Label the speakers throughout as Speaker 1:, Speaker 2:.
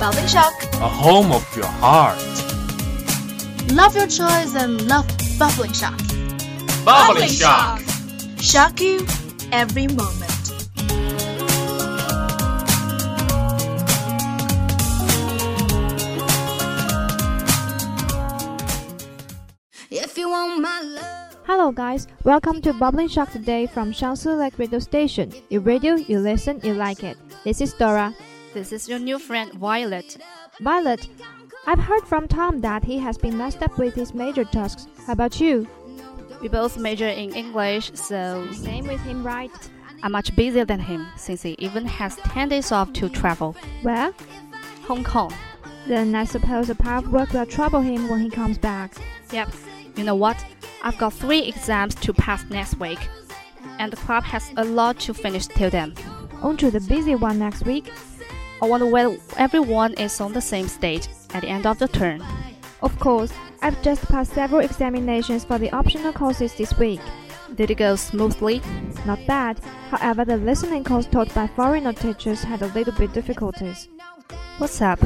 Speaker 1: Bubbling shock.
Speaker 2: A home of your heart.
Speaker 1: Love your choice and love bubbling shock.
Speaker 3: Bubbling shock.
Speaker 1: Shock you every moment.
Speaker 4: If you want my love.
Speaker 5: Hello, guys. Welcome to Bubbling Shock today from Shansu Lake Radio Station. You radio, you listen, you like it. This is Dora.
Speaker 6: This is your new friend Violet.
Speaker 5: Violet, I've heard from Tom that he has been messed up with his major tasks. How about you?
Speaker 6: We both major in English, so
Speaker 5: Same with him, right?
Speaker 6: I'm much busier than him since he even has 10 days off to travel.
Speaker 5: Well,
Speaker 6: Hong Kong.
Speaker 5: then I suppose the past work will trouble him when he comes back.
Speaker 6: Yep. You know what? I've got three exams to pass next week, and the club has a lot to finish till then.
Speaker 5: On to the busy one next week.
Speaker 6: I wonder whether everyone is on the same stage at the end of the term.
Speaker 5: Of course, I've just passed several examinations for the optional courses this week.
Speaker 6: Did it go smoothly?
Speaker 5: Not bad. However, the listening course taught by foreigner teachers had a little bit difficulties.
Speaker 6: What's up?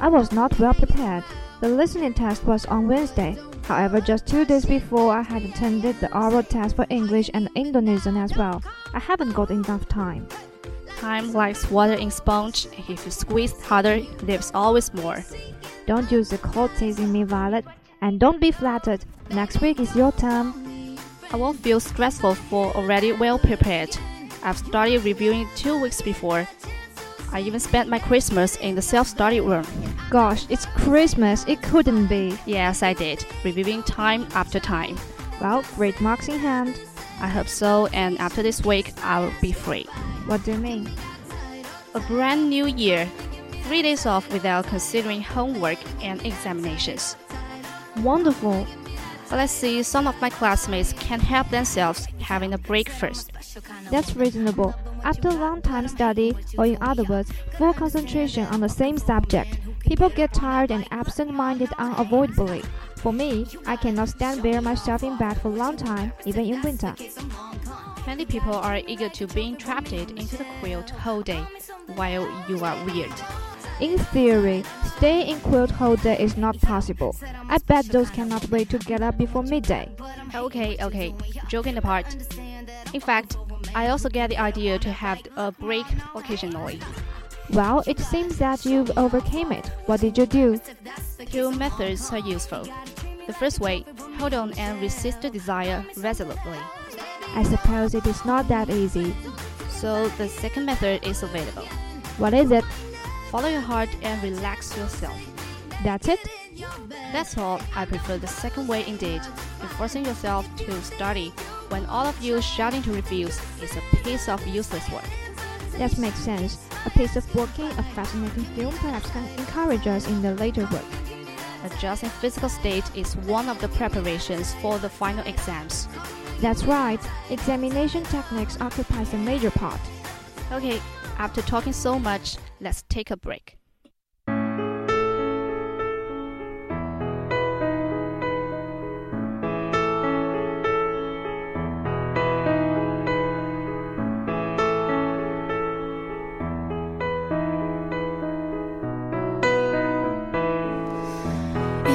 Speaker 5: I was not well prepared. The listening test was on Wednesday. However, just two days before, I had attended the oral test for English and Indonesian as well. I haven't got enough time.
Speaker 6: Time likes water in sponge. If you squeeze harder, there's always more.
Speaker 5: Don't use the cold taste in me, Violet, and don't be flattered. Next week is your time.
Speaker 6: I won't feel stressful for already well prepared. I've started reviewing two weeks before. I even spent my Christmas in the self-study room.
Speaker 5: Gosh, it's Christmas. It couldn't be.
Speaker 6: Yes, I did, reviewing time after time.
Speaker 5: Well, great marks in hand.
Speaker 6: I hope so, and after this week, I'll be free.
Speaker 5: What do you mean?
Speaker 6: A brand new year, three days off without considering homework and examinations.
Speaker 5: Wonderful.
Speaker 6: But let's see, some of my classmates can't help themselves having a break first.
Speaker 5: That's reasonable. After long time study, or in other words, full concentration on the same subject, people get tired and absent-minded unavoidably. For me, I cannot stand bare myself in bed for long time, even in winter.
Speaker 6: Many people are eager to be entrapped into the quilt whole day, while you are weird.
Speaker 5: In theory, staying in quilt whole day is not possible. I bet those cannot wait to get up before midday.
Speaker 6: Okay, okay, joking apart. In fact, I also get the idea to have a break occasionally.
Speaker 5: Well, it seems that you've overcame it. What did you do?
Speaker 6: Two methods are useful. The first way, hold on and resist the desire resolutely.
Speaker 5: I suppose it is not that easy.
Speaker 6: So the second method is available.
Speaker 5: What is it?
Speaker 6: Follow your heart and relax yourself.
Speaker 5: That's it?
Speaker 6: That's all. I prefer the second way indeed. Enforcing yourself to study when all of you shouting to refuse is a piece of useless work.
Speaker 5: That makes sense. A piece of working, a fascinating film perhaps can encourage us in the later work.
Speaker 6: Adjusting physical state is one of the preparations for the final exams.
Speaker 5: That's right, examination techniques occupies a major part.
Speaker 6: Okay, after talking so much, let's take a break.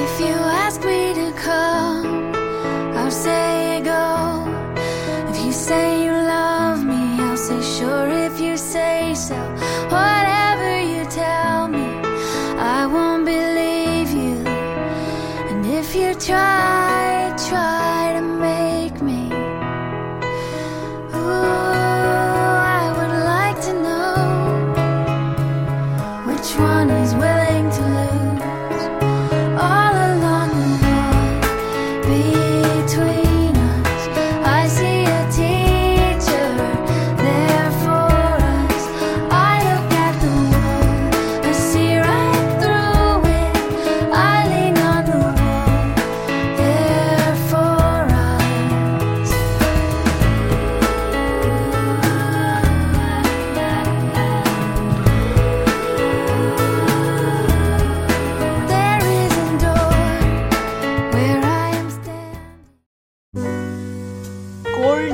Speaker 4: If you ask me to come, I'll say go. If you say you love me, I'll say sure if you say so. Whatever you tell me, I won't believe you. And if you try, try to make me. Ooh, I would like to know which one is willing to lose. All along the wall between us, I see a teacher there for us. I look at the wall, I see right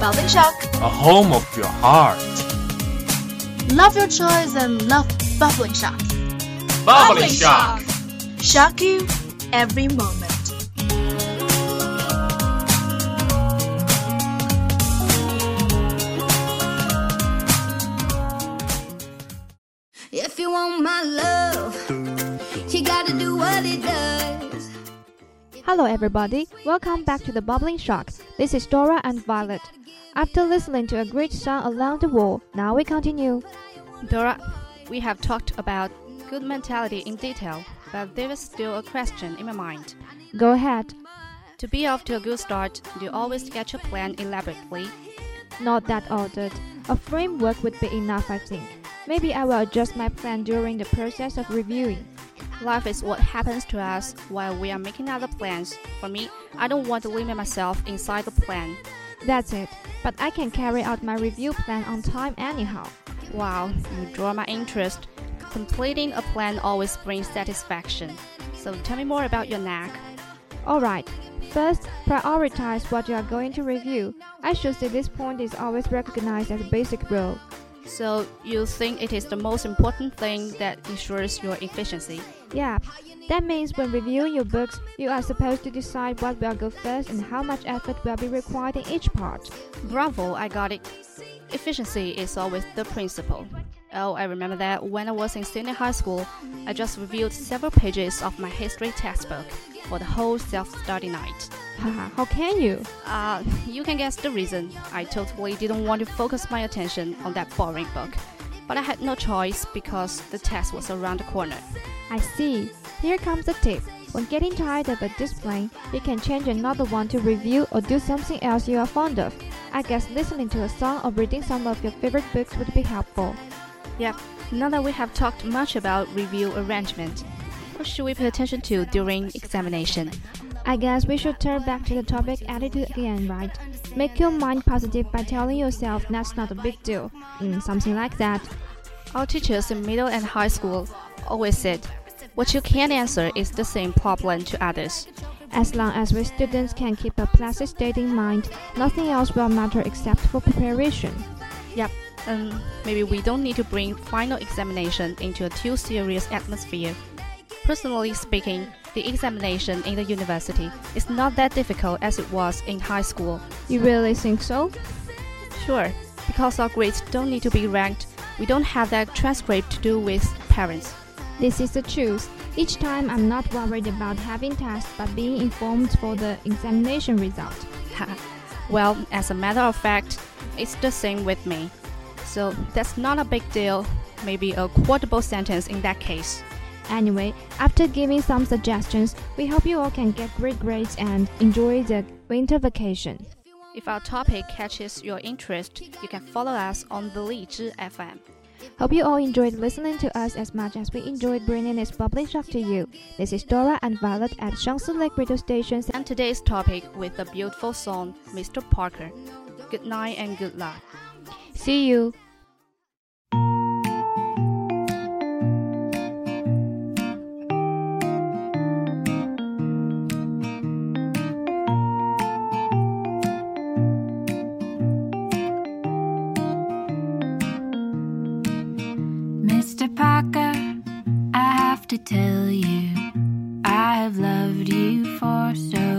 Speaker 3: bubbling shock.
Speaker 2: A home of your heart.
Speaker 1: love your choice and love
Speaker 3: Bubbling Shock.
Speaker 2: Bubbly shock.
Speaker 3: Shock you every moment.
Speaker 4: If you want my love, you gotta do what it does.
Speaker 5: Hello, everybody. Welcome back to the Bubbling Shock. This is Dora and Violet. After listening to a great song along the wall, now we continue.
Speaker 6: Dora, we have talked about good mentality in detail, but there is still a question in my mind.
Speaker 5: Go ahead.
Speaker 6: To be off to a good start, do you always sketch your plan elaborately?
Speaker 5: Not that ordered. A framework would be enough, I think. Maybe I will adjust my plan during the process of reviewing.
Speaker 6: Life is what happens to us while we are making other plans. For me, I don't want to limit myself inside the plan.
Speaker 5: That's it. But I can carry out my review plan on time anyhow.
Speaker 6: Wow, you draw my interest. Completing a plan always brings satisfaction. So tell me more about your knack.
Speaker 5: Alright, first, prioritize what you are going to review. I should say this point is always recognized as a basic rule.
Speaker 6: So you think it is the most important thing that ensures your efficiency.
Speaker 5: Yeah, that means when reviewing your books, you are supposed to decide what will go first and how much effort will be required in each part.
Speaker 6: Bravo, I got it. Efficiency is always the principle. Oh, I remember that when I was in senior high school, I just reviewed several pages of my history textbook for the whole self study night.
Speaker 5: Haha, how can you?
Speaker 6: Uh, you can guess the reason. I totally didn't want to focus my attention on that boring book. But I had no choice because the test was around the corner.
Speaker 5: I see. Here comes a tip. When getting tired of a discipline, you can change another one to review or do something else you are fond of. I guess listening to a song or reading some of your favorite books would be helpful.
Speaker 6: Yep, now that we have talked much about review arrangement, what should we pay attention to during examination?
Speaker 5: I guess we should turn back to the topic attitude again, right? Make your mind positive by telling yourself that's not a big deal. Mm, something like that.
Speaker 6: Our teachers in middle and high school always said, what you can answer is the same problem to others.
Speaker 5: As long as we students can keep a pleasant state in mind, nothing else will matter except for preparation.
Speaker 6: Yep, um, maybe we don't need to bring final examination into a too serious atmosphere. Personally speaking, the examination in the university is not that difficult as it was in high school.
Speaker 5: You really think so?
Speaker 6: Sure, because our grades don't need to be ranked, we don't have that transcript to do with parents.
Speaker 5: This is the truth. Each time I'm not worried about having tests but being informed for the examination result.
Speaker 6: well, as a matter of fact, it's the same with me. So that's not a big deal, maybe a quotable sentence in that case.
Speaker 5: Anyway, after giving some suggestions, we hope you all can get great grades and enjoy the winter vacation.
Speaker 6: If our topic catches your interest, you can follow us on the Lizhi FM.
Speaker 5: Hope you all enjoyed listening to us as much as we enjoyed bringing this bubbling shock to you. This is Dora and Violet at Shangsu Lake Radio Station.
Speaker 6: And today's topic with the beautiful song Mr. Parker. Good night and good luck.
Speaker 5: See you.
Speaker 4: Mr. Parker, I have to tell you, I've loved you for so